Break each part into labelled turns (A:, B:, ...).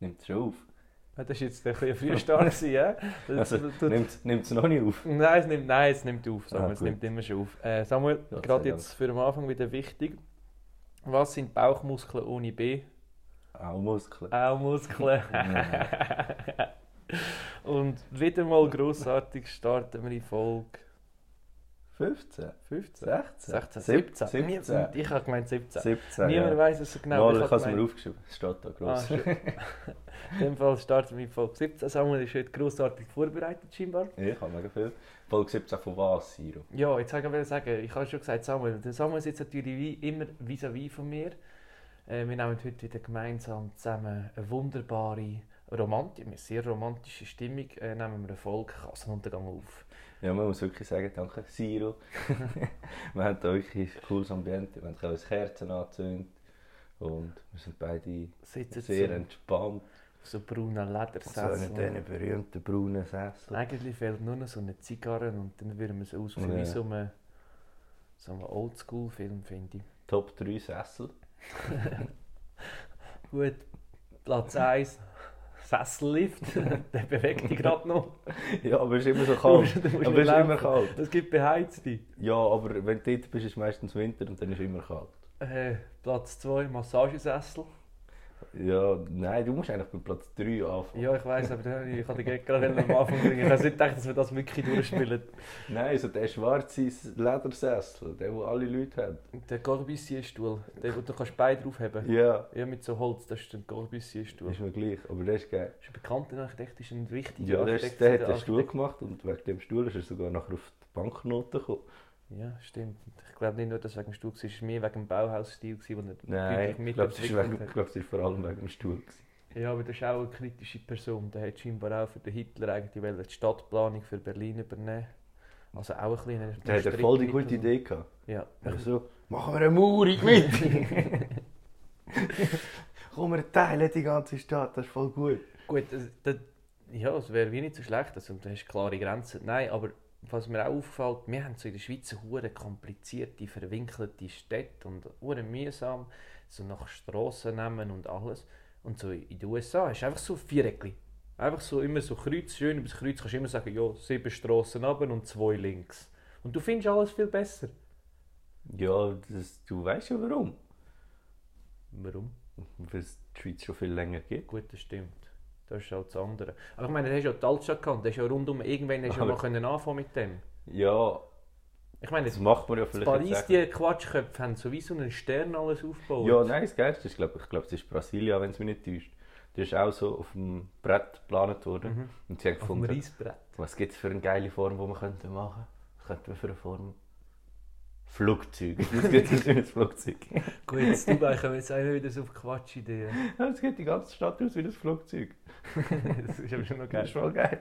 A: Nimmt es schon auf.
B: Ah, Das war jetzt ein bisschen ein früher Start. gewesen, ja? Das-
A: Also,
B: das- das-
A: nimmt es noch nicht auf.
B: Nein, es nimmt, nein, es nimmt auf, Samuel.
A: Ah,
B: es
A: gut.
B: nimmt immer schon auf. Äh, Samuel,
A: Gott sei
B: gerade
A: Dank.
B: jetzt für am Anfang wieder wichtig. Was sind Bauchmuskeln ohne B?
A: Auch Muskeln.
B: Auch Muskeln. Und wieder mal grossartig starten wir in Folge
A: 15,
B: 15.
A: 16,
B: 16, 17.
A: 17.
B: Mir- Ich habe gemeint 17.
A: 17,
B: Niemand
A: ja. Nou,
B: weiß es genau.
A: Mal, ich
B: hab
A: habe es mir
B: gemeint-
A: aufgeschrieben. Es steht da
B: Ah,
A: gross.
B: schön. In dem Fall starten wir in Folge 17. Samuel ist heute grossartig vorbereitet, scheinbar.
A: ich habe mega viel. Folge 17 von was, Siro?
B: Ja, jetzt wollte ich sagen, ich habe schon gesagt, Samuel. Der Samuel sitzt natürlich wie immer vis-à-vis von mir. Äh, wir nehmen heute wieder gemeinsam zusammen eine wunderbare, romantische, eine sehr romantische Stimmung, äh, nehmen wir eine Folge Kassenuntergang auf.
A: Ja, man muss wirklich sagen, danke Siro. wir haben da wirklich ein cooles Ambiente. Wir haben ein Kerzen angezündet. Und wir sind beide
B: Sitzen
A: sehr Also,
B: so,
A: entspannt.
B: auf so braunen
A: So in
B: Ledersesseln.
A: diesen berühmten braunen Sessel.
B: Eigentlich fehlt nur noch so eine Zigarre und dann würden wir so aussehen
A: Ja.
B: wie so ein so ein Oldschool-Film, finde ich.
A: Top 3 Sessel.
B: Gut, Platz 1, Sessellift, der bewegt dich gerade noch.
A: Ja, aber es ist immer so
B: Du
A: kalt.
B: musst- du musst
A: aber es ist
B: laufen.
A: immer kalt.
B: Es gibt beheizte.
A: Ja, aber wenn du dort bist, ist es meistens Winter und dann ist es immer kalt.
B: Äh, Platz 2, Massagesessel.
A: Ja, nein, du musst eigentlich bei Platz 3 anfangen.
B: Ja, ich weiß, aber da- ich hatte den gerade am Anfang bringen. Ich habe nicht gedacht, dass wir das wirklich durchspielen.
A: Nein, so der schwarze Ledersessel, der, den alle Leute haben.
B: Der Corbusier-Stuhl, den wo du kannst Beine draufheben kannst.
A: Ja,
B: Ja, mit so Holz, das ist der Corbusier-Stuhl.
A: ist mir gleich, aber der ist geil.
B: Ist ein bekannter Architekt, ist ein wichtiger
A: Ja, der, ist,
B: Architekt.
A: der
B: für
A: hat den
B: den
A: Stuhl gemacht und wegen dem Stuhl ist er sogar nachher auf die Banknoten gekommen.
B: Architekt- Ja, stimmt. Ich glaube nicht nur, dass es wegen dem Stuhl war, es war mehr wegen dem Bauhausstil, gewesen, den er
A: Nein, ich glaube, es ist
B: mitentwickelt
A: wegen- ich
B: hat.
A: glaube, es ist vor allem wegen dem Stuhl. Gewesen.
B: Ja, aber das ist auch eine kritische Person. Der hat scheinbar auch für den Hitler eigentlich wollte die Stadtplanung für Berlin übernehmen. Also auch ein bisschen eine
A: Der hat ja voll die gute Idee gehabt.
B: Ja.
A: Er so, machen wir eine Mauer in die Mitte! Komm, wir teilen die ganze Stadt, das ist voll gut.
B: Gut, das, das, ja, es wäre wie nicht so schlecht, also, du hast klare Grenzen. Nein, aber was mir auch auffällt, wir haben so in der Schweiz so hure komplizierte, verwinkelte Städte und hure mühsam, so nach Strassen nehmen und alles. Und so in den USA hast du einfach so Viereckli. Einfach so immer so Kreuz, schön über das Kreuz kannst du immer sagen, ja, sieben Strassen runter und zwei links. Und du findest alles viel besser.
A: Ja, das, du weißt ja warum.
B: Warum?
A: Weil es die Schweiz schon viel länger gibt.
B: Gut, das stimmt. Das ist auch das andere. Aber ich meine, du hast ja die Altstadt gehabt, du hast ja rundum, irgendwann hast du ja
A: Aber-
B: mal können anfangen mit dem.
A: Ja,
B: Ich meine,
A: das macht man ja
B: In
A: vielleicht
B: Paris,
A: jetzt
B: die Quatschköpfe haben sowieso einen Stern alles aufgebaut.
A: Ja, nein, das Geilste ist, glaub, ich glaube, es ist Brasilia, wenn es mich nicht täuscht. Das ist auch so auf dem Brett geplant worden. Und sie haben
B: Mhm. Auf dem
A: gefunden,
B: Reisbrett.
A: was gibt es für eine geile Form, die man könnte machen Was könnte man für eine Form? Flugzeug. Das gibt es ein Flugzeug.
B: Gut, jetzt Dubai kommen wir jetzt einmal wieder so auf Quatschideen.
A: Ja, Es geht die ganze Stadt aus wie ein Flugzeug.
B: das ist aber schon noch
A: Das
B: geil.
A: ist voll geil.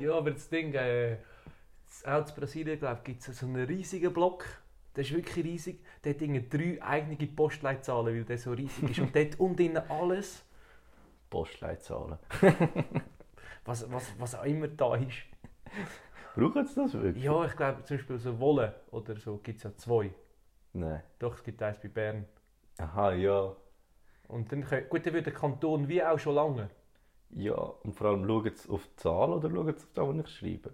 B: ja, aber das Ding, äh, das- auch in Brasilien, glaube ich, gibt es so einen riesigen Block. Der ist wirklich riesig. Der hat irgendwie drei eigene Postleitzahlen, weil der so riesig ist. Und dort und innen alles,
A: Postleitzahlen.
B: was, was, was auch immer da ist.
A: Brauchen sie das wirklich?
B: Ja, ich glaube zum Beispiel so Wolle oder so gibt es ja zwei.
A: Nein.
B: Doch, es gibt eins bei Bern.
A: Aha, ja.
B: Und dann, kö- gut, dann würde der Kanton wie auch schon lange.
A: Ja, und vor allem schauen sie auf die Zahl oder schauen sie auf das, was ich schreibe?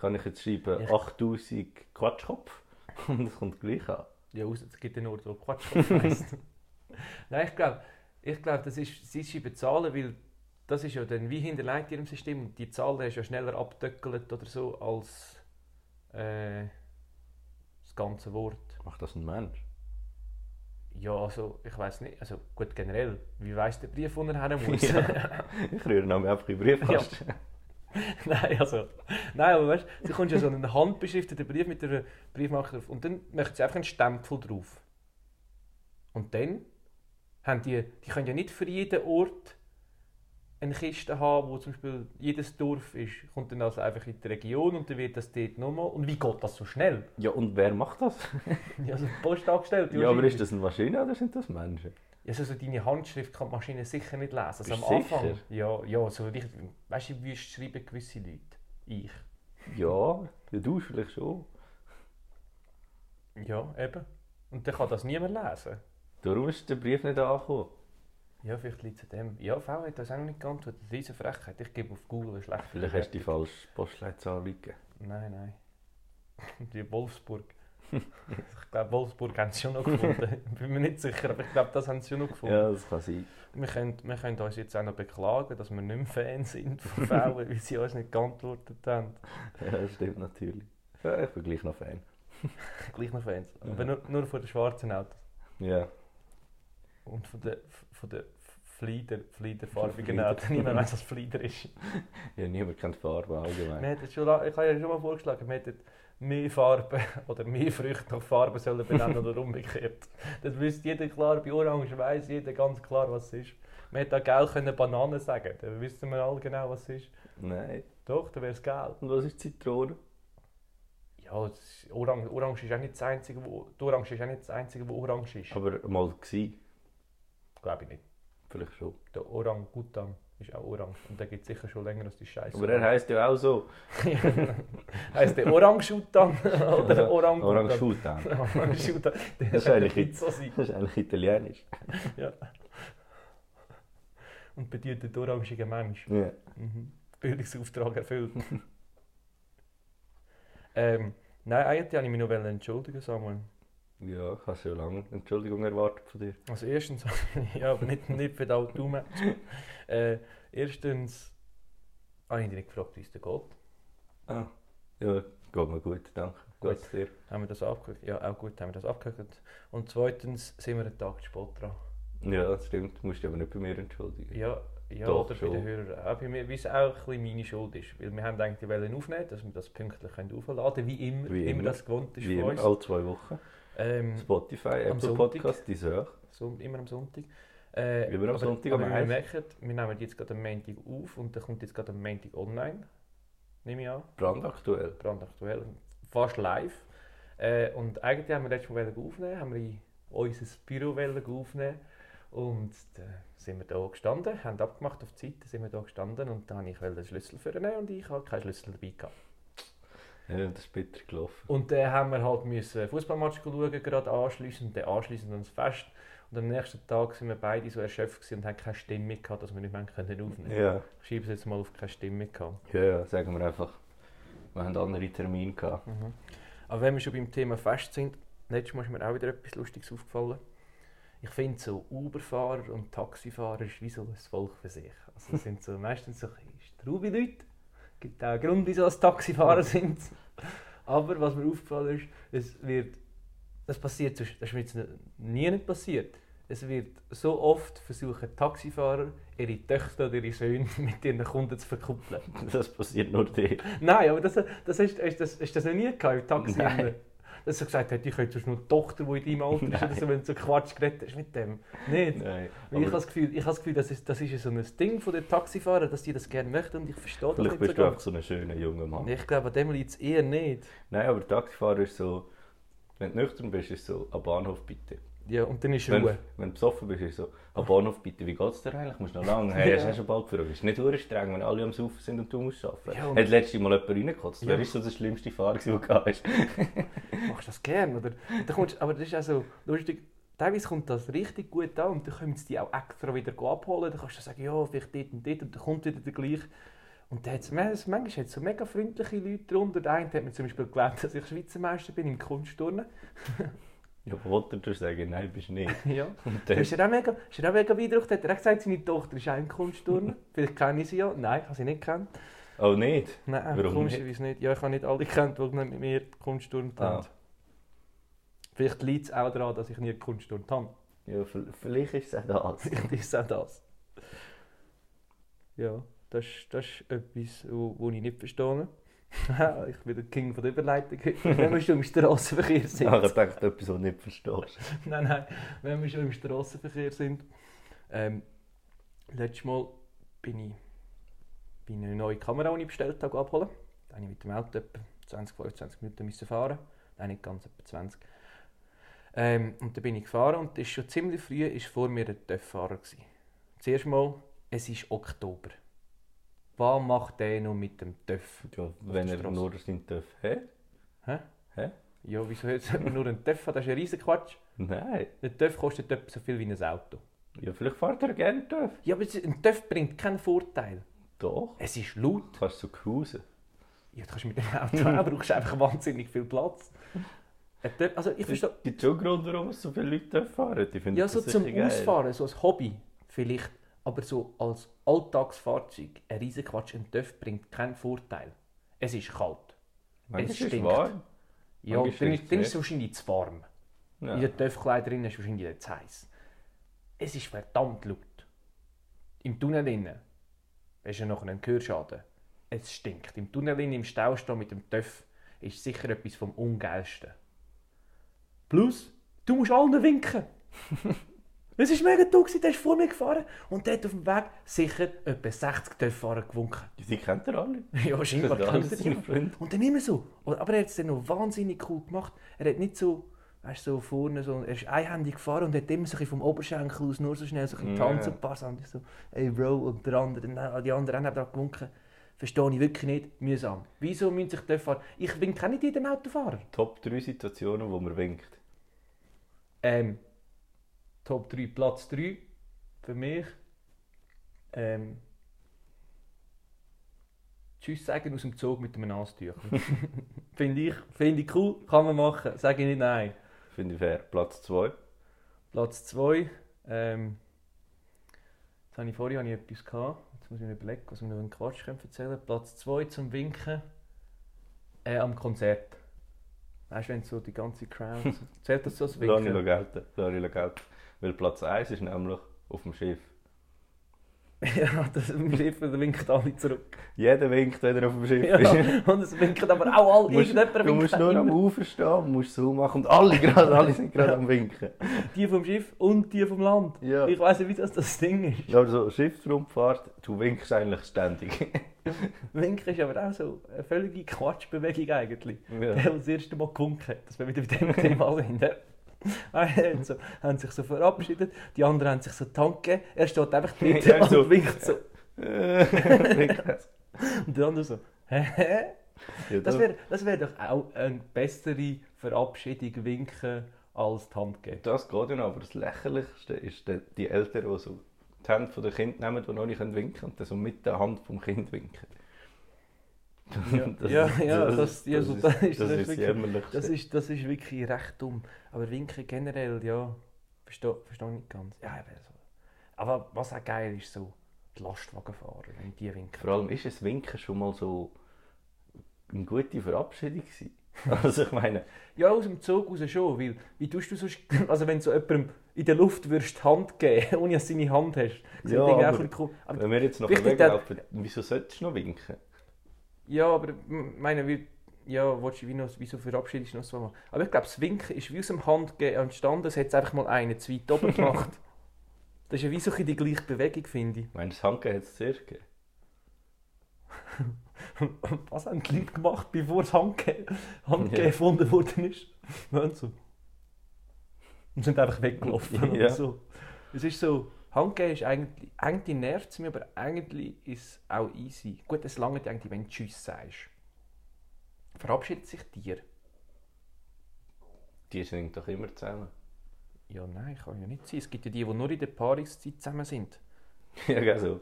A: Kann ich jetzt schreiben
B: Ich-
A: 8000 Quatschkopf? Und das kommt gleich an.
B: Ja, aus, es gibt den Ort, wo Quatsch heisst. Nein, ich glaube, ich glaub, das ist, sie schreiben Zahlen, weil das ist ja dann wie hinterlegt in ihrem System und die Zahlen hast du ja schneller abdöckelt oder so als äh, das ganze Wort.
A: Macht das ein Mensch?
B: Ja, also ich weiß nicht, also gut generell, wie weiß der Brief, wo er her muss?
A: Ja. Ich rühre ihn einfach in den Briefkasten.
B: nein, also, nein, aber weißt du, du kommst ja so einen handbeschrifteten Brief mit einer Briefmarke drauf und dann möchten sie einfach einen Stempel drauf. Und dann haben die, die können ja nicht für jeden Ort eine Kiste haben, wo zum Beispiel jedes Dorf ist, kommt dann also einfach in die Region und dann wird das dort nochmal. Und wie geht das so schnell?
A: Ja. und wer macht das?
B: Ja, so Postangestellte.
A: Ja, aber
B: wahrscheinlich.
A: ist das eine Maschine oder sind das Menschen?
B: Ja, so, so deine Handschrift kann die Maschine sicher nicht lesen. Also
A: Bist
B: am
A: du
B: Anfang.
A: sicher?
B: Ja, ja, so richtig. Weißt du, wie schreiben gewisse Leute? Ich.
A: Ja, ja du vielleicht schon.
B: Ja, eben. Und dann kann das niemand lesen.
A: Darum ist der Brief nicht angekommen.
B: Ja, vielleicht liegt es an dem. Ja, V hat das auch noch nicht geantwortet. Diese Frechheit. Ich gebe auf Google eine schlechte
A: Vielleicht hast du die falsche Postleitzahl eingegeben.
B: Nein, nein. Die Wolfsburg. ich glaube, Wolfsburg haben sie schon noch gefunden. Ich bin mir nicht sicher, aber ich glaube, das haben sie schon noch gefunden.
A: Ja, das kann sein.
B: Wir, können, wir können uns jetzt auch noch beklagen, dass wir nicht mehr Fans sind von V, weil sie uns nicht geantwortet haben.
A: Ja, das stimmt natürlich. Ja, ich bin gleich noch Fan.
B: Gleich noch Fans.
A: Ja.
B: Aber nur, nur von den schwarzen Autos.
A: Ja.
B: Und von den, von den Flieder, Fliederfarbigen Autos. Niemand weiß, was Flieder ist.
A: Ja, niemand kennt die Farbe allgemein.
B: Wir hätten schon, la- ich habe ja schon mal vorgeschlagen, wir hätten mehr Farben oder mehr Früchte nach Farben sollen benennen oder umgekehrt. Das wüsste jeder klar, bei Orange weiss jeder ganz klar, was es ist. Wir hätten auch gelb können Banane sagen dann wüssten wir alle genau, was es ist.
A: Nein.
B: Doch, dann wäre es gelb.
A: Und was ist Zitrone?
B: Ja, das ist- Orange, Orange ist auch nicht das Einzige, wo, die Orange ist auch nicht das Einzige, wo Orange ist.
A: Aber mal gsi.
B: Glaube ich nicht.
A: Vielleicht schon.
B: Der Orangutan ist auch Orange. Und der gibt es sicher schon länger als die Scheiße.
A: Aber er heisst ja auch so.
B: heißt der Orangutan oder Orangutan?
A: Orange Schutan.
B: Orangutan.
A: Das ist eigentlich-
B: Pizza sein.
A: Das ist eigentlich italienisch.
B: und bedeutet orangiger Mensch.
A: Ja.
B: mhm, Bildungsauftrag erfüllt. ähm, nein, eigentlich wollte ich mich noch entschuldigen, Samuel.
A: Ja, ich habe schon lange Entschuldigung erwartet von dir.
B: Also erstens, ja, aber nicht, nicht für den Daumen. äh, erstens habe ich dich nicht gefragt, wie es dir geht.
A: Ah. Ja, geht mir gut, danke.
B: Gut.
A: Geht's dir?
B: Haben wir das abgehört? Ja, auch gut, haben wir das abgehört. Und zweitens sind wir einen Tag zu spät dran.
A: Ja, das stimmt. Du musst dich aber nicht bei mir entschuldigen.
B: Ja, ja
A: Doch,
B: oder
A: schon.
B: bei den Hörern. Auch bei mir, wie es auch ein bisschen meine Schuld ist. Weil wir haben gedacht, wir wollen aufnehmen, dass wir das pünktlich können aufladen können, wie immer,
A: Wie
B: wie immer
A: immer.
B: das gewohnt ist
A: Wie immer,
B: von uns.
A: alle zwei Wochen.
B: Ähm,
A: Spotify,
B: Am
A: Apple
B: Sonntag.
A: Podcast, die Sache.
B: Son- immer am Sonntag. Äh,
A: Immer am
B: aber-
A: Sonntag
B: aber
A: am
B: wir
A: Eis.
B: merken, wir nehmen jetzt gerade am Montag auf und dann kommt jetzt gerade am Montag online. Nehme ich an.
A: Brandaktuell.
B: Brandaktuell. Fast live. Äh, und eigentlich haben wir letztes Mal wollen aufnehmen, haben wir in unser Büro wollen aufnehmen. Und dann sind wir da gestanden, haben abgemacht auf die Seite, sind wir da gestanden und dann wollte ich den Schlüssel vornehmen und ich habe keinen Schlüssel dabei gehabt.
A: Ja, das ist bitter gelaufen.
B: Und dann haben wir halt müssen einen Fußballmatch schauen, gerade anschliessend, dann anschliessend ans Fest. Und am nächsten Tag sind wir beide so erschöpft gewesen und haben keine Stimmung gehabt, dass wir nicht mehr haben können aufnehmen konnten.
A: Ja.
B: Ich schiebe es jetzt mal auf keine Stimmung gehabt.
A: ja, ja, sagen wir einfach. Wir haben andere Termine gehabt.
B: Mhm. Aber wenn wir schon beim Thema Fest sind, letztes Mal ist mir auch wieder etwas Lustiges aufgefallen. Ich finde so Uberfahrer und Taxifahrer ist wie so ein Volk für sich. Also das sind so meistens so ein bisschen straube Leute. gibt auch einen Grund, wieso es Taxifahrer sind. Aber was mir aufgefallen ist, es wird, das passiert, sonst- das ist mir jetzt noch nie nicht passiert. Es wird so oft versuchen Taxifahrer ihre Töchter oder ihre Söhne mit ihren Kunden zu verkuppeln.
A: Das passiert nur dir.
B: Nein, aber das, das ist, ist, das, ist das noch nie gehabt im Taxi?
A: Nein.
B: Dass er gesagt hat, ich hätte sonst nur die Tochter, die in deinem Alter ist, oder so, wenn du so Quatsch geredet hast mit dem. Nicht?
A: Nein.
B: Weil ich habe
A: Aber
B: das Gefühl, ich habe das, Gefühl das, ist, das ist so ein Ding von den Taxifahrern, dass die das gerne möchten und ich verstehe das
A: vielleicht
B: nicht so
A: bist du
B: ganz.
A: einfach so ein schöner junger Mann.
B: Ich glaube, an dem liegt es eher nicht.
A: Nein, aber Taxifahrer ist so. Wenn du nüchtern bist, ist so, am Bahnhof bitte.
B: Ja, und dann ist
A: Wenn,
B: Ruhe.
A: wenn du besoffen bist, ist so, am Bahnhof bitte, wie geht's dir eigentlich? Musst du noch lange? Hey,
B: Ja.
A: es ist ja schon bald für euch. Ist nicht hure streng, wenn alle am Saufen sind und du musst arbeiten.
B: Ja, und-
A: Hat letztes Mal jemand reingekotzt?
B: Ja.
A: Wer ist so der schlimmste Fahrer, gewesen, der du hast?
B: Machst du das gerne, oder? Und Dann kommst, aber das ist auch so lustig. Teilweise kommt das richtig gut an und dann können sie die auch extra wieder abholen. Dann kannst du sagen, ja, vielleicht dort und dort und dann kommt wieder der gleiche. Und dann hat's, man- manchmal hat es so mega freundliche Leute drunter. Der eine hat mir zum Beispiel geglaubt, dass ich Schweizer Meister bin im Kunstturnen.
A: Ja, aber wollte er dir sagen, nein, bist du nicht.
B: ja.
A: Und
B: Dann
A: dann,
B: ist er auch mega, ist er auch mega beeindruckt. Hat er auch gesagt, seine Tochter ist auch im Kunstturnen. vielleicht kenne ich sie ja. Nein, ich habe sie nicht gekannt.
A: oh, nicht?
B: Nein,
A: Warum
B: komischerweise nicht. Ja, ich habe nicht alle gekannt, die mit mir Kunstturnen
A: Ah.
B: haben. Vielleicht liegt es auch daran, dass ich nie Kunstturnen habe.
A: Ja, v- vielleicht ist es auch das.
B: Vielleicht ist auch das. Ja, das, ist- das ist etwas, wo, wo ich nicht verstehe. Haha, ich bin der King von der Überleitung, wenn wir schon im Straßenverkehr
A: Ich
B: sind.
A: habe gedacht, etwas, was du nicht verstehst.
B: nein, nein, wenn wir schon im Straßenverkehr sind. Ähm, letztes Mal bin ich, bin ich eine neue Kamera, die ich bestellt habe, abholen. Dann habe ich mit dem Auto etwa 20, 25 Minuten müssen fahren. Nein, nicht ganz, etwa 20. Ähm, und dann bin ich gefahren und es ist schon ziemlich früh ist vor mir ein TÜV-Fahrer. gewesen. Zuerst mal, es ist Oktober. Was macht der noch mit dem TÜV?
A: Ja, wenn er
B: Strasse.
A: nur seinen TÜV hat.
B: Hä?
A: Hä?
B: Ja, wieso jetzt nur einen TÜV? haben? Das ist ein riesen Quatsch.
A: Nein.
B: Ein TÜV kostet etwa so viel wie ein Auto.
A: Ja, vielleicht fährt er gerne Dörf.
B: Ja, aber es- ein TÜV bringt keinen Vorteil.
A: Doch.
B: Es ist laut.
A: Kannst du cruisen.
B: Ja, du kannst mit dem Auto
A: Mhm.
B: auch, brauchst einfach wahnsinnig viel Platz. Ein TÜV, also ich verstehe...
A: Es gibt schon einen Grund, warum es so viele Leute Dörf fahren. Die finden
B: Ja,
A: das
B: so zum
A: sicher geil.
B: Ausfahren, so als Hobby vielleicht. Aber so als Alltagsfahrzeug, ein Riesenquatsch, ein TÜV bringt keinen Vorteil. Es ist kalt.
A: Manchmal
B: Es
A: ist es
B: stinkt.
A: warm.
B: Ja, dann,
A: Manchmal
B: ist-
A: stinkt's
B: dann ist es
A: nicht.
B: wahrscheinlich zu warm.
A: Ja.
B: In der Töpfkleiderin ist wahrscheinlich jetzt heiß. Es ist verdammt laut. Im Tunnel innen ist ja noch ein Gehörschaden. Es stinkt. Im Tunnel innen, im Stau stehen mit dem Töff ist sicher etwas vom Ungeilsten. Plus, du musst allen winken. Es war mega dumm, der ist vor mir gefahren und der hat auf dem Weg sicher etwa 60 Töpffahrer gewunken.
A: Dus Die kennt ihr alle.
B: Ja, wahrscheinlich
A: Das sind
B: kennt
A: alles
B: er die.
A: seine Freunde.
B: Und dann immer so. Und- Aber er hat es dann noch wahnsinnig cool gemacht. Er hat nicht so, weißt du, so vorne, so, er ist einhändig gefahren und hat immer so ein bisschen vom Oberschenkel aus nur so schnell so ein bisschen
A: Ja.
B: tanzen und ein paar Sachen. Ich so, ey Bro, und der andere, dann- die anderen haben auch gewunken. Verstehe ich wirklich nicht. Mühsam. Wieso müssen sich die fahren? Ich bin kenne nicht jedem Autofahrer.
A: Top 3 Situationen, wo man winkt.
B: Ähm, Top 3, Platz 3 für mich. Ähm, Tschüss sagen aus dem Zug mit einem Nasentuch. Finde ich, find ich cool, kann man machen, sage ich nicht nein.
A: Finde ich fair. Platz 2.
B: Platz 2. Ähm, jetzt habe ich vorhin habe ich etwas gehabt. Jetzt muss ich mir überlegen, was wir noch einen Quatsch können erzählen können. Platz 2 zum Winken äh, am Konzert. Weißt du, wenn so die ganze Crowd. Zählt das so als
A: Lass ich noch
B: Winken?
A: gelten. Lass ich noch gelten. Weil Platz 1 ist nämlich auf dem Schiff.
B: ja, das Schiff winkt alle zurück.
A: Jeder winkt, wenn er auf dem Schiff
B: Ja,
A: ist.
B: und es winken aber
A: Du
B: auch alle.
A: musst,
B: Irgendjemand
A: du
B: winkt
A: musst
B: auch
A: nur am
B: immer.
A: Ufer stehen, musst so machen und alle, gerade, alle sind gerade am Winken.
B: Die vom Schiff und die vom Land.
A: Ja.
B: Ich weiß nicht, wie das das Ding ist.
A: Aber so Schiffsrundfahrt, du winkst eigentlich ständig.
B: Winken ist aber auch so eine völlige Quatschbewegung eigentlich.
A: Ja.
B: Der, der das erste Mal gewunken hat, dass wir wieder bei dem Thema sind. ja. Haben so, haben sich so verabschiedet, die anderen haben sich so tanken. Er steht einfach dort
A: Ja, so.
B: und winkt so.
A: ja,
B: Und der andere so, hä? Das wäre das wär doch auch eine bessere Verabschiedung, winken, als die Hand geben.
A: das geht ja noch, aber das Lächerlichste ist der- die Eltern, die so die Hände von den Kind nehmen, die noch nicht können winken können, und dann so mit der Hand vom Kind winken.
B: Ja,
A: Das-
B: ja, ja, das, ja, so,
A: das ist
B: das, ist, das, ist
A: das
B: wirklich,
A: Jämmerlichste.
B: das, ist, das ist wirklich recht dumm. Aber Winken generell, ja, verstehe versteh ich nicht ganz. Ja, eben so. Aber was auch geil ist, so die Lastwagenfahrer, wenn die winken.
A: Vor allem ist es Winken schon mal so eine gute Verabschiedung gewesen. Also ich meine,
B: Ja, aus dem Zug raus schon, weil wie tust du sonst, also wenn du so jemandem in der Luft würdest die Hand geben, ohne dass du seine Hand hast, sieht
A: Ja,
B: irgendwie auch ein
A: aber-
B: bisschen komisch- aber
A: wenn wir jetzt noch
B: Wichtig,
A: weglaufen, wieso solltest du noch winken?
B: Ja, aber m- meine, wie, ja, willst du wie noch, wieso verabschiedest du noch so mal? Aber ich glaube, das Winken ist wie aus dem Handgehen entstanden, es hat einfach mal einen zu weit oben gemacht. Das ist ja wie so ein bisschen die gleiche Bewegung, finde ich.
A: Ich meine, das Handgehen hat es zuerst gegeben.
B: Was haben die Leute gemacht, bevor das Handgehen, Handgehen
A: Ja.
B: erfunden worden ist? Und so. Und sind einfach weggelaufen.
A: Ja.
B: oder So. Es ist so, Handgehen ist eigentlich, eigentlich nervt es mich, aber eigentlich ist es auch easy. Gut, es lange eigentlich, wenn du Tschüss sagst. Verabschiedet sich dir.
A: Die sind doch immer zusammen.
B: Ja, nein, kann ja nicht sein. Es gibt ja die, die nur in der Paarungszeit zusammen sind.
A: ja, genau so.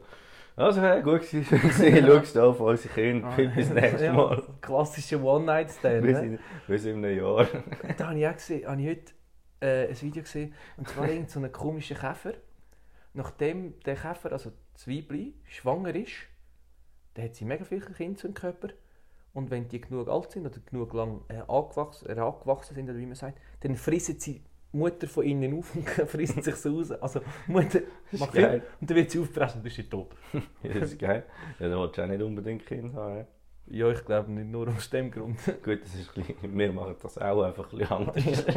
A: Also, hey, gut gewesen, schön gewesen. Schaust auf unsere Kinder. Bis zum
B: Ah, Ja,
A: nächsten Mal.
B: Klassische One-Night-Stand.
A: Bis
B: ne?
A: in, bis in einem Jahr.
B: Da habe ich auch gesehen, habe ich heute äh, ein Video gesehen, und zwar irgend so einen komischen Käfer. Nachdem der Käfer, also das Weibli, schwanger ist, dann hat sie mega viele Kinder im Körper. Und wenn die genug alt sind oder genug lang äh, angewachsen, äh, angewachsen sind, oder wie man sagt, dann fressen sie die Mutter von innen auf und fressen sich so raus. Also die Mutter
A: ist
B: macht
A: geil.
B: Kinder und dann wird sie aufgefressen und ist sie tot.
A: Ja, das ist geil. Ja, da willst du auch nicht unbedingt Kinder haben. ne?
B: Ja, ich glaube nicht nur aus dem Grund.
A: Gut, das ist ein bisschen, wir machen das auch einfach ein bisschen anders.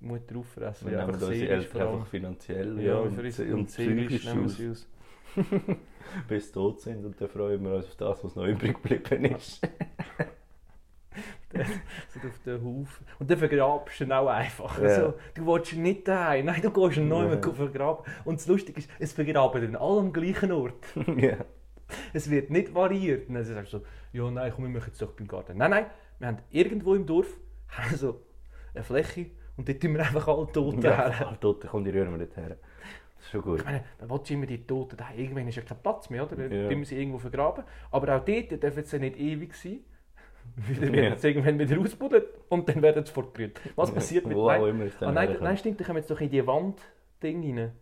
B: Mutter auffressen.
A: Wir nehmen unsere
B: seelisch
A: Eltern
B: vor allem.
A: einfach finanziell
B: Ja,
A: und,
B: für uns
A: und psychisch
B: nehmen
A: aus,
B: sie aus.
A: bis sie tot sind. Und dann freuen wir uns auf das, was noch übrig geblieben ist.
B: Sind auf den Haufen. Und dann vergrabst du ihn auch einfach.
A: Ja.
B: So, du willst ihn nicht daheim. Nein, du gehst ihn neu
A: Ja.
B: vergraben. Und das Lustige ist, es vergraben ihn alle am gleichen Ort.
A: ja.
B: Es wird nicht variiert. Und dann sagst du so, ja nein, komm, wir machen jetzt doch beim Garten. Nein, nein, wir haben irgendwo im Dorf haben so also eine Fläche, Und dort tun wir einfach alle Toten her.
A: Ja, tot, komm, die rühren wir nicht her. Das ist schon
B: Ich
A: gut.
B: meine, man will immer die Toten, da irgendwann ist ja kein Platz mehr, oder? Dann
A: Ja.
B: tun wir sie irgendwo vergraben. Aber auch dort dürfen sie nicht ewig sein. Weil dann werden
A: Ja.
B: sie irgendwann wieder ausbuddelt und dann werden sie fortgerührt. Was passiert mit
A: Wo auch
B: Nein,
A: immer es dann
B: ah, nein,
A: herkommt.
B: nein, stimmt, dann kommen jetzt doch in die Wand-Ding rein.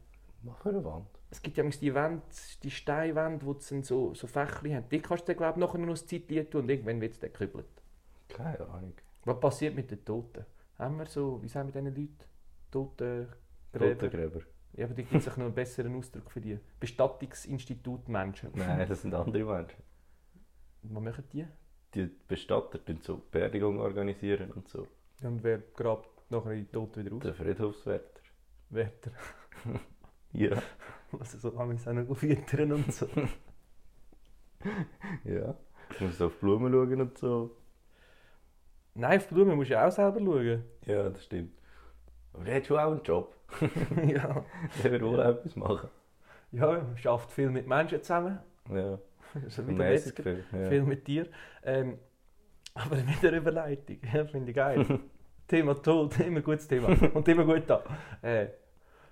A: Was für eine Wand?
B: Es gibt ja manchmal die Wände, die Steinwände, wo sie dann so, so Fächchen haben. Die kannst du dann, glaube ich, nachher noch ein Zeitlied tun und irgendwann wird es dann gekübelt.
A: Keine Ahnung.
B: Was passiert mit den Toten? Haben wir so, wie sagen wir diesen Leuten? Totengräber?
A: Totengräber.
B: Ja, aber da gibt es noch einen besseren Ausdruck für die. Bestattungsinstitutmenschen.
A: Nein, das sind andere Menschen.
B: Was machen die?
A: Die Bestatter tun so Beerdigung organisieren und so.
B: Und wer grabt nachher die Toten wieder
A: Der Friedhofswärter.
B: Wärter.
A: Ja.
B: Also so haben wir es auch noch auf Wittern und so.
A: Ja. Du musst auf die Blumen schauen und so.
B: Nein, auf die Blumen musst du ja auch selber schauen.
A: Ja, das stimmt. Aber der hat schon auch einen Job.
B: ja.
A: Der wird wohl auch etwas machen.
B: ja, man arbeitet viel mit Menschen zusammen.
A: Ja.
B: So wie der
A: Mäßig
B: Metzger.
A: viel.
B: Viel
A: Ja.
B: mit dir. Ähm, aber mit der Überleitung. Ja, finde ich geil. Thema Tod, immer gutes Thema. Und immer gut da. Äh,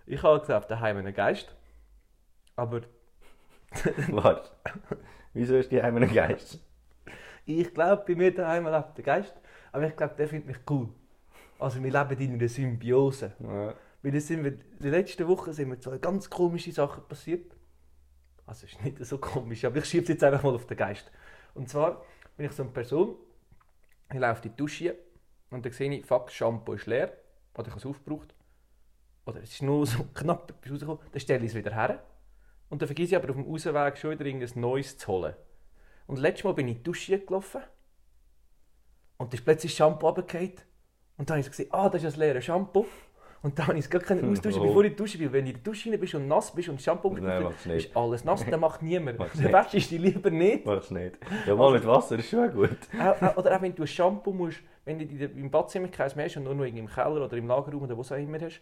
B: ich habe gesagt, daheim einen Geist. Aber
A: Warte. Wieso ist die Heim ein Geist?
B: Ich glaube, bei mir daheim lebt der Geist, aber ich glaube, der findet mich cool. Also wir leben in einer Symbiose.
A: Ja.
B: Weil es sind wir, die letzten Wochen sind mir zwei ganz komische Sachen passiert. Also es ist nicht so komisch, aber ich schiebe es jetzt einfach mal auf den Geist. Und zwar bin ich so eine Person, ich laufe in die Dusche und dann sehe ich, fuck, das Shampoo ist leer. Oder ich habe es aufgebraucht. Oder es ist nur so knapp etwas rausgekommen. Dann stelle ich es wieder her. Und dann vergesse ich aber auf dem Rausweg schon wieder irgendein Neues zu holen. Und letztes Mal bin ich in die Dusche gelaufen. Und dann ist plötzlich das Shampoo runtergefallen. Und dann habe ich so gesehen, ah, das ist das leere Shampoo. Und dann habe ich es gar nicht austauschen,
A: Oh.
B: bevor ich in die Dusche bin. Wenn du in die Dusche rein bist und nass bist und das Shampoo
A: Nein,
B: runtergefallen
A: mach's nicht.
B: ist alles nass, dann macht niemand.
A: Mach's
B: Dann
A: nicht.
B: wäschst du dich lieber nicht.
A: Mach's nicht. Ja, mal mit Wasser ist schon gut.
B: Auch- auch- oder auch wenn du ein Shampoo musst, wenn du in der- im Badzimmer keins mehr hast und nur noch irgendwie im Keller oder im Lagerraum oder wo auch immer hast,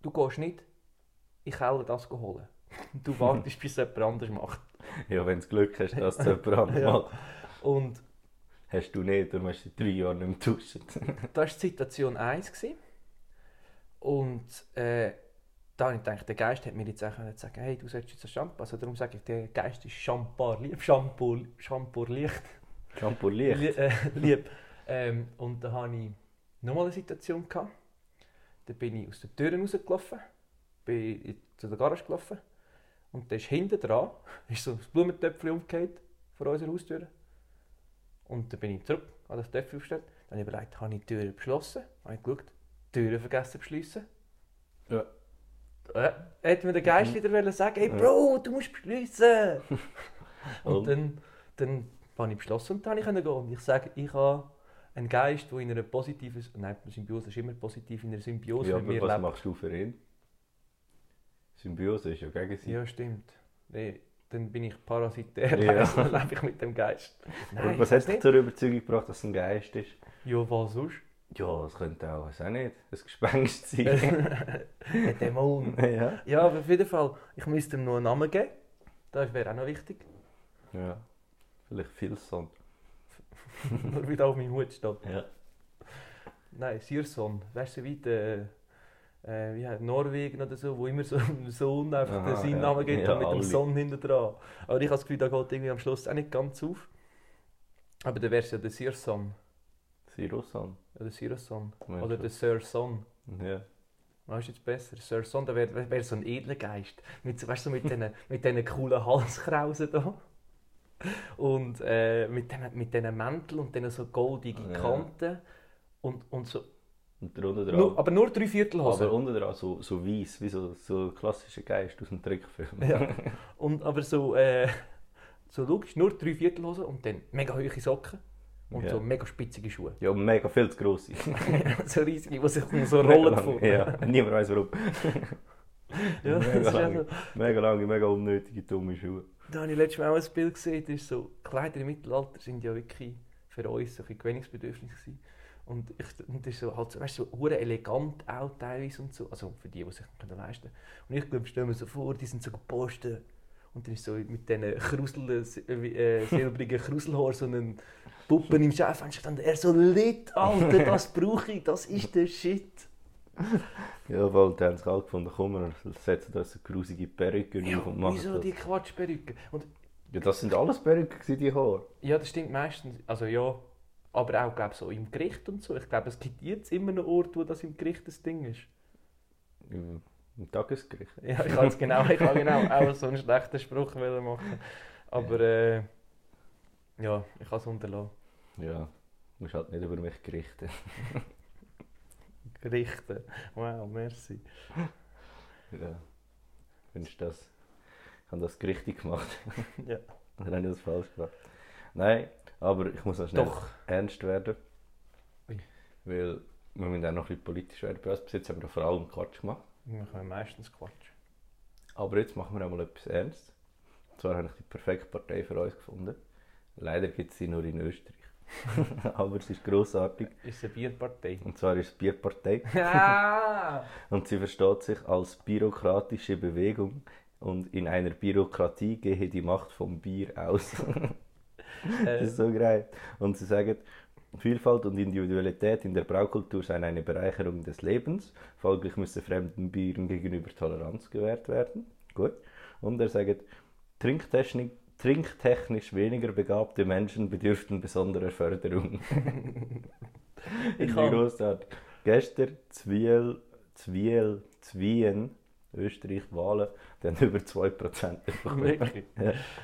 B: du gehst nicht in den Keller das holen. Du wartest, bis es jemand anders macht.
A: Ja, wenn du Glück hast, dass es jemand anderes
B: Ja.
A: macht.
B: Und
A: Hast du nicht, darum hast du seit drei Jahre nicht mehr getuscht.
B: das war die Situation 1. Gewesen. Und äh, da habe ich gedacht, der Geist hat mir jetzt auch können sagen hey, du sollst jetzt ein Shampoo. Also darum sage ich, der Geist ist Shampoo, lieb, Shampoo, Shampoo, Licht.
A: Shampoo Licht.
B: Lie- äh, lieb. Ähm, und da hatte ich nochmal eine Situation. Gehabt. Da bin ich aus der Tür rausgelaufen, bin in- zu der Garage gelaufen und da ist hinten dran ist so ein Blumentöpfchen umgekehrt vor unserer Haustür. Und dann bin ich zurück, habe das Töpfchen aufgestellt, dann habe ich überlegt, habe ich die Türe beschlossen? Habe ich geschaut, die Türe vergessen zu beschliessen.
A: Ja. Mhm.
B: Äh, hätte mir der Geist wieder wollen sagen, hey
A: Ja.
B: Bro, du musst beschliessen! Und
A: Und
B: dann, dann habe ich beschlossen und dann konnte ich gehen. Und ich sage, ich habe einen Geist, der in einer positiven, nein, Symbiose ist immer positiv, in einer Symbiose
A: ja,
B: mit
A: aber
B: mir
A: was
B: lebt.
A: machst du für ihn? Symbiose ist ja gegenseitig.
B: Ja, stimmt. Nee, dann bin ich parasitär,
A: Ja.
B: ja. dann lebe ich mit dem Geist.
A: Und
B: Nein,
A: was
B: das
A: hat dich
B: nicht.
A: zur Überzeugung gebracht, dass es ein Geist ist?
B: Ja, was sonst?
A: Ja, es könnte auch, weiß auch nicht, ein Gespenst sein.
B: Ein Dämon.
A: ja.
B: Ja, aber auf jeden Fall, ich müsste ihm noch einen Namen geben. Das wäre auch noch wichtig,
A: ja. Vielleicht Filson.
B: nur wieder auf meinem Hut steht.
A: Ja.
B: Nein, Sirson, weißt du, wie der äh, wie heißt, Norwegen oder so, wo immer so einem Sohn einfach
A: Aha,
B: den seinen
A: ja.
B: Namen gibt
A: Ja,
B: und mit dem
A: alle.
B: Sohn hinten dran. Aber ich habe das Gefühl, da geht irgendwie am Schluss auch nicht ganz auf. Aber dann wäre es ja der Sirson
A: Siroson.
B: oder Sirson oder der Sirson.
A: Ja.
B: Was ist jetzt besser? Sirson, da wäre wär so ein edler Geist. Mit, so- weißt du, so mit diesen mit diesen coolen Halskrausen da. Und äh, mit diesen mit diesen Mänteln und diesen so goldigen
A: Ja.
B: Kanten. Und, und so,
A: Und drunter dran.
B: nur, aber nur drei Viertel Hose.
A: aber unten dran so, so weiss, wie so, so ein klassischer Geist aus dem Trickfilm.
B: Ja. Und aber so, äh, so logisch, nur drei Viertelhosen und dann mega hohe Socken und
A: Ja.
B: so mega spitzige Schuhe.
A: Ja, mega viel zu gross.
B: so riesige, die sich so rollen vor.
A: Ja, niemand weiß warum.
B: Ja, das ist
A: mega,
B: auch
A: lange,
B: so.
A: mega lange, mega unnötige, dumme Schuhe.
B: Da habe ich letztes Mal auch ein Bild gesehen, das ist so, Kleider im Mittelalter sind ja wirklich für uns so ein bisschen gewöhnungsbedürftig gewesen. Und, ich, und das ist so, halt so, weißt, du, so hure elegant auch teilweise und so, also für die, die sich das leisten können. Und ich glaube, stell mir so vor, die sind so gepostet und dann ist so mit diesen Kruseln, äh, silbrigen Kruselhaaren so ein Puppen im Chef, und ich dachte, er so lit, Alter, das brauche ich, das ist der Shit.
A: Ja, voll, die haben es kalt gefunden. Komm, wir setzen da so grusige Perücken
B: Ja,
A: auf und machen
B: wieso
A: das.
B: die Quatschperücken? Und
A: Ja, das sind alles Perücken, gewesen, die Haare.
B: ja, das stimmt meistens. Also ja, aber auch glaub, so im Gericht und so. Ich glaube, es gibt jetzt immer noch Orte, wo das im Gericht das Ding ist.
A: Im im Tagesgericht.
B: Ja, ich habe genau, ich kann genau auch so einen schlechten Spruch wollen machen. Aber äh, ja, ich habe es unterlassen.
A: Ja, musst halt nicht über mich gerichten.
B: Gerichte. Wow, merci.
A: Ja. Findest du das? Ich habe das richtig gemacht.
B: Ja.
A: Oder habe ich das falsch gemacht? Nein, aber ich muss noch schnell
B: Doch.
A: ernst werden.
B: Ui.
A: Weil wir müssen auch noch ein bisschen politisch werden. Bei uns bis jetzt haben wir vor allem Quatsch gemacht.
B: Wir können meistens Quatsch.
A: Aber jetzt machen wir auch mal etwas ernst. Und zwar habe ich die perfekte Partei für uns gefunden. Leider gibt es sie nur in Österreich. aber es ist grossartig.
B: Ist eine Bierpartei.
A: Und zwar ist es die Bierpartei.
B: Ah!
A: Und sie versteht sich als bürokratische Bewegung. Und in einer Bürokratie gehe die Macht vom Bier aus.
B: Äh,
A: das ist so geil. Und sie sagen, Vielfalt und Individualität in der Braukultur seien eine Bereicherung des Lebens. Folglich müsse fremden Bieren gegenüber Toleranz gewährt werden. Gut. Und er sagt, Trinktechnik, trinktechnisch weniger begabte Menschen bedürften besonderer Förderung.
B: Ich
A: Ich
B: hab-
A: großartig. Gestern Zwiel, Zwiel, Zwien, Österreich, Wahlen, die haben über 2% bekommen.
B: Wirklich.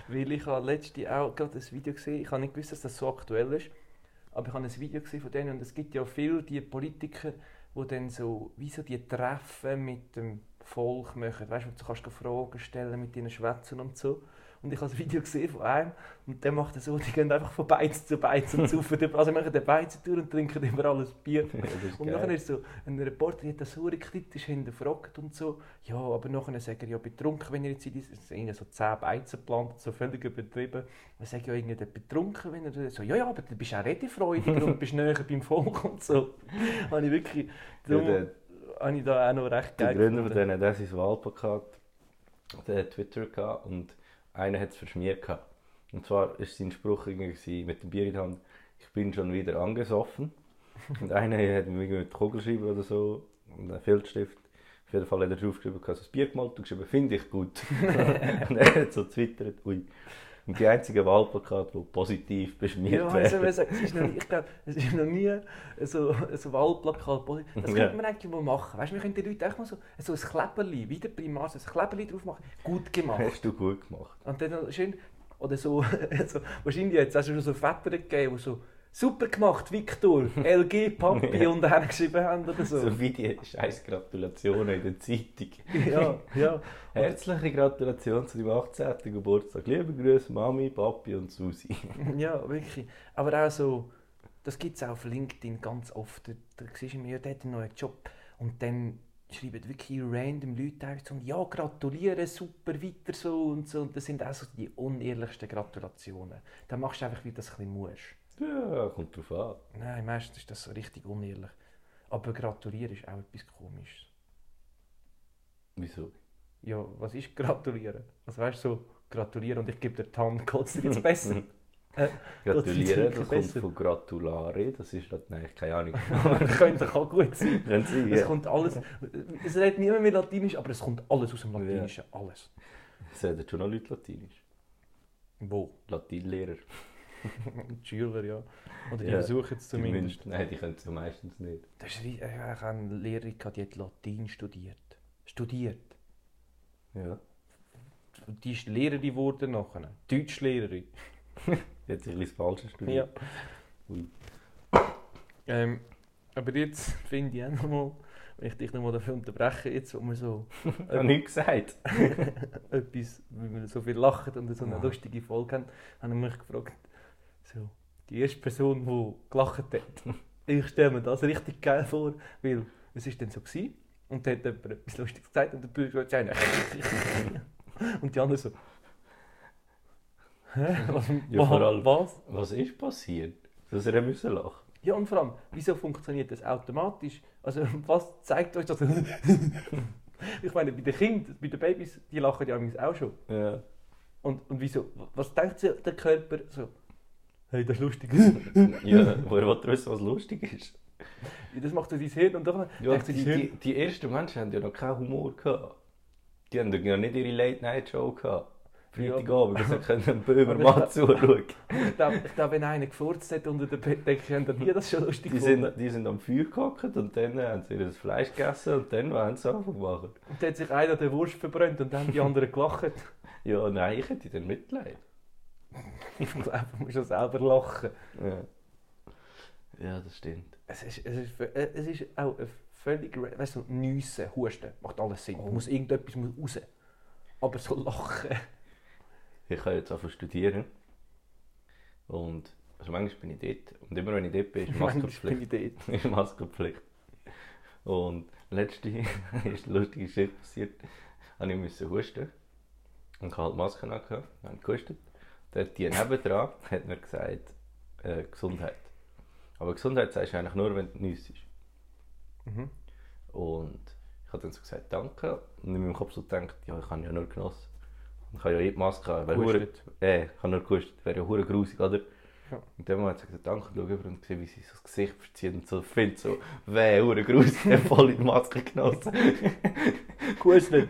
B: Weil ich habe letztens auch gerade ein Video gesehen, ich habe nicht gewusst, dass das so aktuell ist, aber ich habe ein Video gesehen von denen und es gibt ja viele die Politiker, die dann so, wie so die Treffen mit dem Volk machen, weißt du, du kannst Fragen stellen mit ihnen schwätzen und so. Und ich habe das Video gesehen von einem und der macht das so, die gehen einfach von Beiz zu Beiz und saufen, über- also machen den Beizen durch und trinken über alles Bier.
A: Ja, das ist
B: Und nachher
A: geil.
B: ist so, ein Reporter hat das so kritisch hinterfragt und so, ja, aber nachher sagt er, ja, betrunken, wenn er jetzt in diesem, es sind irgendwie so 10 Beizen geplant, so völlig übertrieben. Er sagt ja, irgendwie betrunken, wenn er so, ja, ja, aber du bist auch redefreudiger und bist näher beim Volk und so. habe ich wirklich, darum
A: Ja, der-
B: habe ich da auch noch recht
A: Der
B: geil
A: Gründer von
B: gefunden.
A: denen, der hat sein Wahlplakat, der hat Twitter gehabt und einer hat es verschmiert gehabt. Und zwar war sein Spruch irgendwie gewesen, mit dem Bier in der Hand, ich bin schon wieder angesoffen. Und einer hat mir irgendwie mit Kugelschreiber oder so und einen Filzstift. Auf jeden Fall hat er draufgeschrieben, dass das Bier gemalt und geschrieben, finde ich gut. und er hat so twittert, ui. Und die einzigen Wahlplakate, die positiv beschmiert
B: Ja, also,
A: werden.
B: man sagt, es ist noch nie, ich glaube, es ist noch nie so ein Wahlplakat. Das könnte
A: Ja.
B: man eigentlich mal machen. Weißt, du, wir können den Leuten einfach mal so, so ein Kleberli, wie der Primar, so ein Kleberli drauf machen. Gut gemacht.
A: Hast du gut gemacht.
B: Und dann noch schön, oder so, so wahrscheinlich hat es auch schon so Väter gegeben, die so «Super gemacht, Viktor! LG, Papi» und dann geschrieben haben oder so.
A: So wie die scheiß Gratulationen in der Zeitung.
B: Ja, ja.
A: Herzliche Gratulation zu deinem 18. Geburtstag. Liebe Grüße, Mami, Papi und Susi.
B: Ja, wirklich. Aber auch so, das gibt es auch auf LinkedIn ganz oft. Da, da siehst du immer, ja, der hat einen neuen Job. Und dann schreiben wirklich random Leute einfach so, ja, gratuliere, super, weiter so und so. Und das sind auch so die unehrlichsten Gratulationen. Dann machst du einfach, wie du das ein bisschen musst.
A: Ja, kommt drauf an.
B: Nein, meistens ist das so richtig unehrlich. Aber gratulieren ist auch etwas komisches.
A: Wieso?
B: Ja, was ist gratulieren? Also weißt du, so, gratulieren und ich gebe dir die Hand, geht's dir jetzt besser? äh,
A: Gratulieren, das
B: geht's dir
A: kommt
B: jetzt besser?
A: von Gratulare. Das ist, halt, nein, keine Ahnung.
B: Könnte auch gut sein.
A: Können Sie?
B: Es
A: Ja.
B: kommt alles, es redet niemand mehr Latinisch, aber es kommt alles aus dem Latinischen, alles.
A: Sagen schon noch Leute Latinisch?
B: Wo?
A: Latinlehrer.
B: Die Schüler, ja. Oder die
A: Ja,
B: versuchen es zumindest.
A: Zumindest. Nein, die können es ja meistens nicht.
B: Das ist, ri- ich habe eine Lehrerin, gehabt, die hat Latein studiert. Studiert.
A: Ja.
B: Die ist Lehrerin geworden nachher. Deutschlehrerin.
A: Die hat sich ein bisschen falsch
B: Ja.
A: studiert. Ui.
B: Ähm, aber jetzt finde ich auch nochmal, wenn ich dich nochmal dafür unterbreche, jetzt, wo wir so
A: Ich habe nichts gesagt.
B: etwas, weil wir so viel lachen und so eine
A: Ja.
B: lustige Folge haben, haben wir mich gefragt, so, die erste Person, die gelacht hat, ich stelle mir das richtig geil vor, weil es ist dann so gewesen, und dann hat jemand etwas Lustiges gesagt und der Bürger hat gesagt, und die anderen so, hä, was,
A: Ja, vor allem-
B: was?
A: Was ist passiert? Dass er müssen lachen
B: Ja, und vor allem, wieso funktioniert das automatisch? Also, was zeigt euch das? ich meine, bei den Kindern, bei den Babys, die lachen ja übrigens auch schon.
A: Ja.
B: Und, und wieso? Was denkt sich der Körper so? Hey, das ist lustig.
A: Ja, woher will er wissen, was lustig ist?
B: Das macht so dein Hirn und dann
A: Ja,
B: denkt so
A: Äh, die,
B: dein Hirn,
A: die, die ersten Menschen haben ja noch keinen Humor gehabt. Die haben ja nicht ihre Late-Night-Show gehabt.
B: Ja.
A: Freitagabend, also können einen Böhmermann zuschauen.
B: ich glaube, ich glaub, wenn einer gefurzt hat unter dem Bett, denkst du, haben die das schon lustig
A: Die
B: gefunden.
A: sind, die sind am Feuer gehockt und dann haben sie ihr Fleisch gegessen und dann wollen sie anfangen machen.
B: Und dann hat sich einer den Wurst verbrannt und dann haben die anderen gelacht.
A: Ja, nein, ich hätte dann Mitleid.
B: ich glaube, man muss schon selber lachen.
A: Ja, ja das stimmt.
B: Es ist, es ist, äh, es ist auch ein völlig. ra- Weißt du, Nüsse, Husten, macht alles Sinn.
A: Oh.
B: Muss irgendetwas muss raus. Aber so lachen.
A: Ich kann jetzt einfach studieren. Und also manchmal bin ich dort. Und immer wenn ich dort bin, ist
B: Manchmal
A: Maskenpflicht.
B: bin ich dort.
A: ist Maskenpflicht. Und letzte ist eine lustige Geschichte passiert. Habe ich musste husten. Und ich habe halt Maske angehabt, habe gehustet. Dann hat die nebendran hat mir gesagt, äh, Gesundheit. Aber Gesundheit sagst du eigentlich nur, wenn du nichts ist.
B: Mhm.
A: Und ich habe dann so gesagt, danke. Und in meinem Kopf so gedacht, ja, ich habe ja nur genossen. Und ich habe ja eh die Maske an. weil hure-
B: Gehustet.
A: Äh, ich habe nur gehustet. Wäre ja hure grusig, oder?
B: Ja.
A: Und dann hat sie gesagt, danke, schau über und sehe, wie sie so das Gesicht verzieht und so findet so, weh, hure grusig, der voll in die Maske genossen.
B: Gehustet.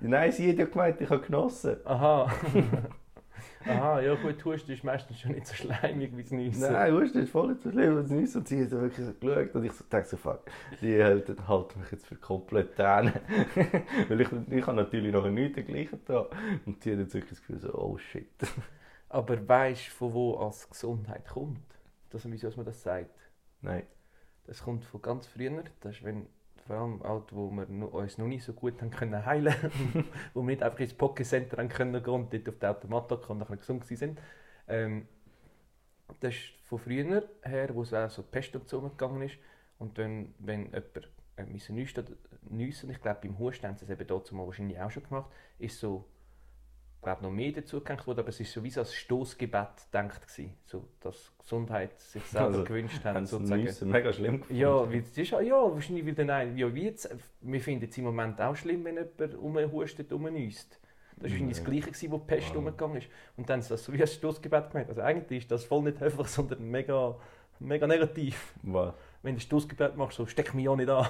A: Nein, sie hat ja gemeint, ich habe genossen.
B: Aha. Aha, ja gut, Husten ist meistens schon nicht so schleimig wie das Nüsse.
A: Nein, weißt du, das ist voll nicht so schlimm, und nichts. Und sie hat so wirklich so geschaut und ich so dachte so, fuck, die halten halt mich jetzt für komplett hin. Weil ich, ich habe natürlich noch nichts dergleichen da. Und sie hat jetzt wirklich das Gefühl so, oh shit.
B: Aber weißt du, von wo als Gesundheit kommt? Das, wieso man das sagt?
A: Nein.
B: Das kommt von ganz früher. Das ist, wenn, vor allem alt, wo wir nu- uns noch nicht so gut haben können heilen wo wir nicht einfach ins Pokécenter haben können gehen und dort auf die Automaten kommen und nachher gesund gewesen sind. Ähm, das ist von früher her, wo es auch so Pest und so umgegangen ist. Und dann, wenn jemand äh, müssen nüstern, nüssen, ich glaube beim Husten haben sie es eben dazu mal wahrscheinlich auch schon gemacht, ist so, ich glaube noch mehr dazu gehängt worden, aber es ist so wie so als Stoßgebet gedacht gewesen, so, dass Gesundheit sich selber
A: Also,
B: gewünscht
A: Haben
B: haben,
A: sie
B: sozusagen.
A: Nüsse mega schlimm gefunden.
B: Ja, weil das ist ja, ja wahrscheinlich will der nein, ja, wie jetzt, wir finden es im Moment auch schlimm, wenn jemand rumhustet, rumniesst. Das war wahrscheinlich das
A: Nein.
B: Gleiche, gewesen, wo die Pest
A: Wow.
B: rumgegangen ist. Und dann haben sie das so wie ein Stoßgebet gemacht. Also eigentlich ist das voll nicht höflich, sondern mega, mega negativ.
A: Was?
B: Wenn du ein Stoßgebet machst, so steck mich ja nicht an.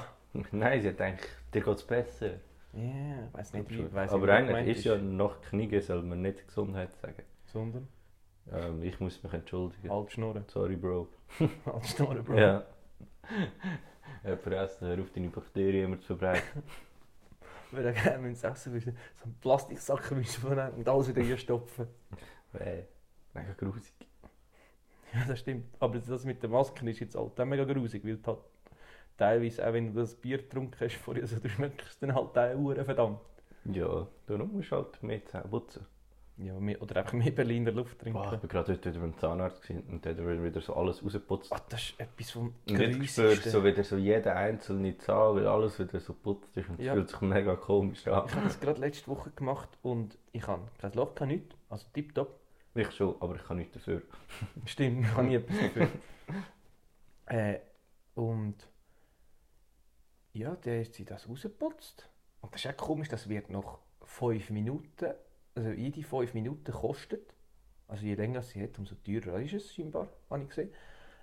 A: Nein, sie hat gedacht, dir geht es besser.
B: Ja, ich weiß nicht, wie, weiss
A: Aber
B: nicht, wie
A: eigentlich
B: gemeint
A: ist ja nach Knigge soll man nicht Gesundheit sagen.
B: Sondern
A: Ähm, ich muss mich entschuldigen.
B: halb Halt schnurren.
A: Sorry, Bro.
B: Halb schnurren, Bro.
A: Ja. Äh, vergessen, hör auf deine Bakterien immer zu verbreiten.
B: Wir hätten gerne müssen essen müssen, so einen Plastiksack müssen wir nehmen und alles wieder reinstopfen.
A: Weh. Äh, Mega grusig.
B: Ja, das stimmt. Aber das mit den Masken ist jetzt halt auch mega grusig, weil halt teilweise, auch wenn du das Bier getrunken hast vorher, also du schmeckst dann halt auch Uhren verdammt.
A: Ja, darum musst du halt mehr Zähne putzen.
B: Ja, mehr, oder einfach mehr Berliner Luft trinken.
A: Boah, ich
B: Ah,
A: bin gerade heute wieder beim Zahnarzt gewesen und der hat mir wieder so alles rausgeputzt.
B: Ah, das ist etwas vom
A: Und jetzt spürst du
B: Grusigsten.
A: so wieder so jeden einzelnen Zahn, weil alles wieder so putzt ist und es
B: Ja.
A: fühlt sich mega komisch an.
B: Ich habe das gerade letzte Woche gemacht und ich habe kein Loch, kein nichts, also tipptopp.
A: Ich schon, aber ich kann nichts dafür.
B: Stimmt, ich habe nie etwas dafür. äh, und ja, der hat sie das rausgeputzt. Und das ist auch komisch, das wird nach 5 Minuten, also jede 5 Minuten kostet. Also je länger sie hat, umso teurer ist es scheinbar, habe ich gesehen.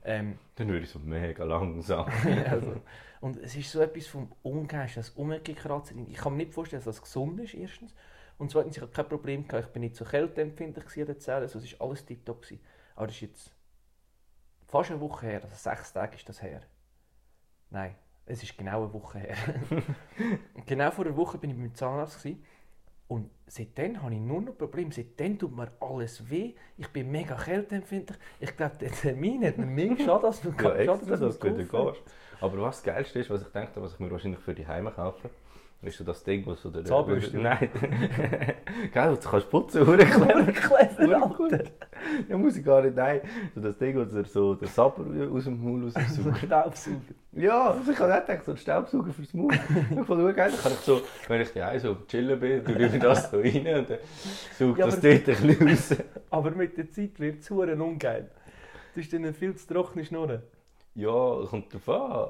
B: Ähm,
A: Dann würde ich so mega langsam.
B: also, und es ist so etwas vom Ungeist, das Umgekratzen. Ich kann mir nicht vorstellen, dass das gesund ist, erstens. Und zweitens, ich habe kein Problem gehabt, ich bin nicht so kälteempfindlich gewesen an den Zähnen, also es war alles tiptop. gewesen. Aber das ist jetzt fast eine Woche her, also sechs Tage ist das her. Nein, es ist genau eine Woche her. genau vor einer Woche bin ich beim Zahnarzt gewesen. und seitdem habe ich nur noch Probleme. Seitdem tut mir alles weh. Ich bin mega kälteempfindlich. Ich glaube, der Termin hat mir mehr geschadet, als mir
A: Ja,
B: geschadet,
A: extra,
B: als mir
A: dass du wieder
B: geholfen hat.
A: gehst. Aber was das Geilste ist, was ich denke, was ich mir wahrscheinlich für die Heime kaufe, ist so das Ding, was du... der-
B: Zahnbürste.
A: Nein. Geil, was du kannst putzen, hure clever.
B: Clever,
A: Hure
B: Alter.
A: gut. Genau. Ja, muss ich gar nicht, nein. So das Ding, was er so den Sapper aus dem Maul
B: So ein
A: raussaugt.
B: Staubsauger.
A: ja, also ich habe auch gedacht, so einen Staubsauger fürs Maul. Ich fand es geil, dann kann ich so, wenn ich daheim so am chillen bin, tue ich mir das so rein und dann saugt
B: Ja,
A: das
B: aber-
A: dort ein bisschen raus.
B: Aber mit der Zeit wird es hure ungeil. Das ist dann eine viel zu trockene Schnurren.
A: Ja, kommt drauf an.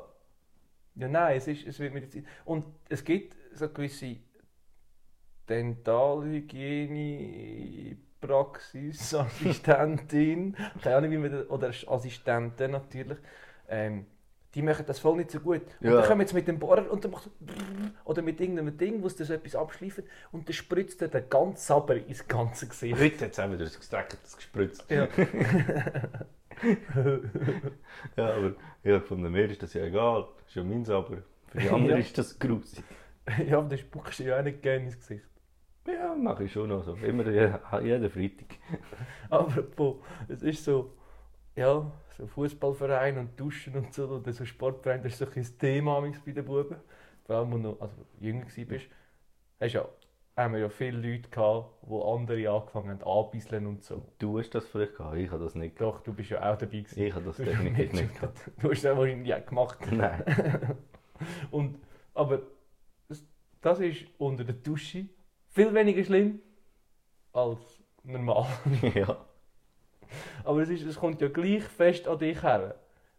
B: Ja, nein, es, ist, es wird mit der Zeit. Und es gibt so gewisse Dentalhygiene. Praxisassistentin, keine Ahnung, wie man das, oder Assistenten natürlich, ähm, die machen das voll nicht so gut. Und
A: Ja.
B: dann kommen jetzt mit dem Bohrer und dann macht es oder mit irgendeinem Ding, wo sie so etwas abschleifen und dann spritzt er den ganzen Saber ins ganze Gesicht.
A: Heute hat es auch wieder das Gestreckt, das gespritzt.
B: Ja.
A: Ja, aber ja, von mir ist das ja egal. Ist ja mein Saber. Für die anderen
B: Ja.
A: ist das grusig.
B: ja, aber dann spuckst du ja auch nicht gerne ins Gesicht.
A: Ja, mache ich schon noch so. Immer ja, jeden Freitag.
B: Aber boah, es ist so, ja, so Fußballverein und Duschen und so, oder so Sportverein, das ist so ein bisschen das Thema manchmal bei den Buben. Vor allem, wenn du noch also, jünger warst, hast ja, haben wir ja viele Leute gehabt, die andere angefangen haben anbisseln und so.
A: Du hast das vielleicht gehabt, ich habe das nicht gehabt.
B: Doch, du bist ja auch dabei gewesen.
A: Ich habe das
B: Du hast ja
A: definitiv nicht
B: mitgemacht.
A: gehabt.
B: Du hast das wahrscheinlich auch gemacht.
A: Nein.
B: Und, aber das, das ist unter der Dusche viel weniger schlimm als normal.
A: ja.
B: Aber es, ist, es kommt ja gleich fest an dich her.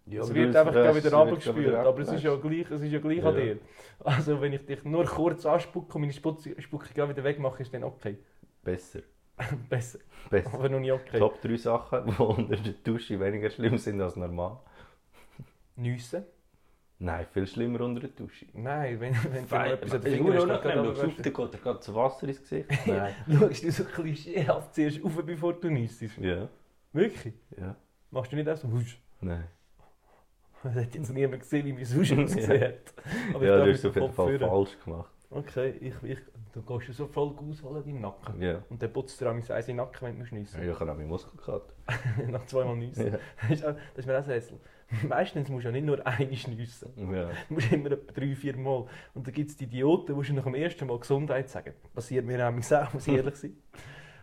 A: ja
B: es
A: aber
B: wird
A: Also du
B: einfach gleich
A: weißt,
B: wieder
A: es wird
B: runtergespült,
A: wieder
B: aber es ist ja
A: abgewaschen.
B: gleich, es ist ja gleich an
A: Ja.
B: dir. Also wenn ich dich nur kurz anspucke und meine Sputze- Spucke gleich wieder wegmache, ist dann okay.
A: Besser.
B: Besser,
A: Besser.
B: aber noch nicht okay.
A: Top 3 Sachen, die unter der Dusche weniger schlimm sind als normal.
B: Nüssen?
A: Nein, viel schlimmer unter der Dusche.
B: Nein, wenn, wenn du
A: Fein.
B: noch etwas an den
A: Ich
B: Finger
A: schaue
B: hast,
A: nach,
B: dann
A: dann
B: aber-
A: schaust du, dann geht dir gerade das Wasser ins Gesicht. Nein.
B: schaust du so klischeehaft zuerst auf, bevor du nüssest.
A: ja.
B: Wirklich?
A: Ja.
B: Machst du nicht auch so husch?
A: Nein.
B: Das hat jetzt niemand gesehen, wie mein Husch ausgesehen hat. Aber
A: ja,
B: ich
A: du hast es
B: darf
A: auf
B: den
A: jeden
B: Kopf
A: Fall
B: führen.
A: falsch gemacht.
B: Okay, ich, ich, du gehst ja so voll ausholen in deinem Nacken.
A: Ja.
B: Und dann putzt dir auch mein Eis in den Nacken, wenn du schnissen.
A: Ja, ich habe auch meinen Muskel gehabt.
B: Nach zweimal nüssen.
A: Ja.
B: Das ist auch- das ist mir auch ein Rätsel. Meistens musst du ja nicht nur eine schnüssen.
A: ja.
B: Du musst immer etwa drei, vier Mal. Und dann gibt es die Idioten, die nach dem ersten Mal Gesundheit sagen. Passiert mir nämlich auch, muss ich ehrlich sein.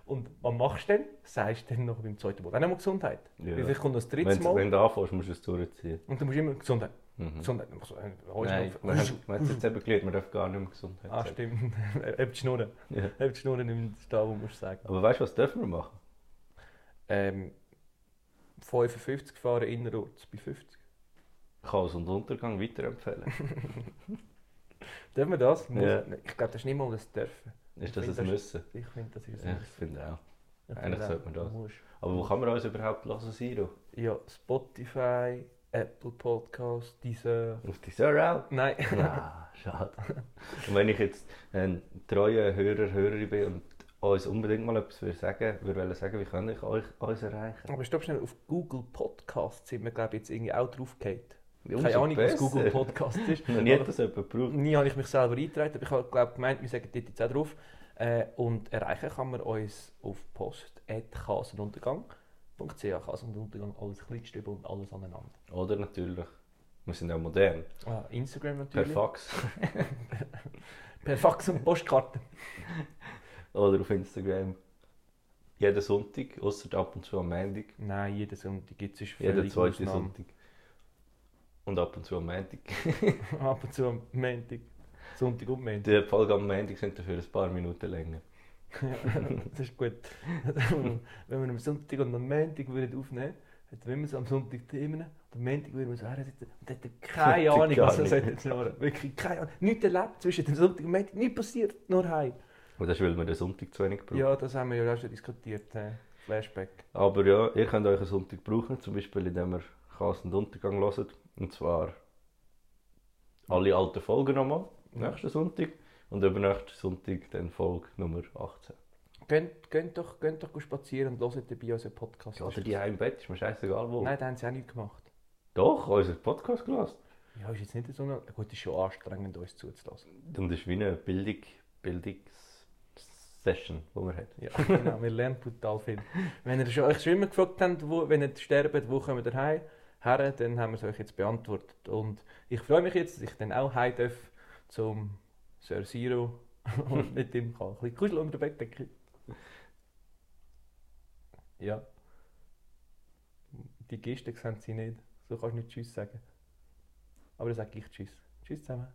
B: Und was machst du denn? Sagst du dann noch beim zweiten Mal. Dann einmal Gesundheit.
A: Ja.
B: Weil vielleicht kommt noch das dritte
A: Wenn,
B: Mal.
A: wenn du anfängst, musst du es durchziehen.
B: Und dann musst du immer Gesundheit.
A: Mhm.
B: Gesundheit. Dann machst du, äh, holst du
A: Nein,
B: auf.
A: man hat man hat's jetzt eben gelernt, man darf gar nicht mehr Gesundheit
B: Ah,
A: sagen.
B: stimmt. Eben die Schnurren.
A: Ja.
B: Eben die Schnurren nimmt da, wo du musst sagen.
A: Aber weißt du, was dürfen wir machen?
B: Ähm, 55 fahren innerorts bei 50.
A: Chaos und Untergang weiterempfehlen.
B: Dürfen wir das? Muss,
A: Ja.
B: Ich glaube, das ist nicht mal das Dürfen.
A: Ist das
B: Ich find,
A: ein
B: das
A: Müssen?
B: Ich finde, das ist
A: Ja,
B: ein
A: ich finde auch.
B: Ich
A: Eigentlich
B: finde
A: sollte
B: auch,
A: man das.
B: musst.
A: Aber wo kann man uns überhaupt hören, Siro?
B: Ja, Spotify, Apple Podcast, diese.
A: Auf die Sir auch?
B: Nein,
A: Ah, schade. Und wenn ich jetzt ein treuer Hörer, Hörerin bin und uns unbedingt mal etwas würde sagen würde, wollen sagen, wie kann ich euch, uns erreichen?
B: aber stopp schnell, auf Google Podcasts sind wir, glaube ich, jetzt irgendwie auch draufgeht.
A: Umso
B: Keine Ahnung, was
A: besser.
B: Google Podcast ist.
A: Noch nie
B: aber-
A: hat das jemand gebraucht.
B: Nie habe ich mich selber eingetragen, aber ich habe glaub, gemeint, wir sagen dort jetzt auch drauf. Äh, und erreichen kann man uns auf post.kasenuntergang.ch. Kasenuntergang, alles Kleinstübe und alles aneinander.
A: Oder natürlich, wir sind auch nou modern.
B: Ah, Instagram
A: Per
B: natürlich.
A: Fax.
B: per Fax und Postkarte.
A: Oder auf Instagram. Jeden Sonntag, außer ab und zu am Montag.
B: Nein, jeden Sonntag gibt es
A: Jeden zweiten Sonntag. Und ab und zu am Montag.
B: Ab und zu am Montag. Sonntag und Montag.
A: Die Folgen am Montag sind dafür ein paar Minuten länger.
B: Ja, das ist gut. wenn wir am Sonntag und am Montag würden aufnehmen hätten wir immer so am Sonntag Themen und am Montag würden wir so hersitzen und hätten keine
A: Hätte
B: Ahnung,
A: gar
B: was wir
A: nicht.
B: sollten schnurren. Wirklich keine Ahnung. Nichts erlebt zwischen dem Sonntag und Montag, nichts passiert, nur heim.
A: Und das ist, weil wir den Sonntag zu wenig brauchen.
B: Ja, das haben wir ja auch schon diskutiert. Äh, Flashback.
A: Aber ja, ihr könnt euch einen Sonntag brauchen, zum Beispiel indem ihr Chaos und Untergang hört. Und zwar alle alten Folgen nochmal, nächsten Sonntag. Und übernächsten Sonntag dann Folge Nummer 18.
B: Geht, geht, doch, geht doch spazieren und hört dabei unseren Podcast.
A: Oder die im Bett, ist mir scheißegal wo.
B: Nein, da haben sie auch nicht gemacht.
A: Doch, unser Podcast gelassen.
B: Ja, ist jetzt nicht so eine... Gut, ist schon anstrengend, uns zuzulassen.
A: Und das ist wie eine Bildung, Bildungssession, die man hat.
B: Ja, genau, wir lernen brutal viel. Wenn ihr schon euch schon immer gefragt habt, wo, wenn ihr sterbt, wo kommen wir daheim her, dann haben wir es euch jetzt beantwortet. Und ich freue mich jetzt, dass ich dann auch heim darf zum Sir Siro und mit ihm kann. Ein bisschen kuscheln um unter der Bettdecke. Ja. Die Geste sehen sie nicht. So kannst du nicht Tschüss sagen. Aber dann sage ich Tschüss. Tschüss zusammen.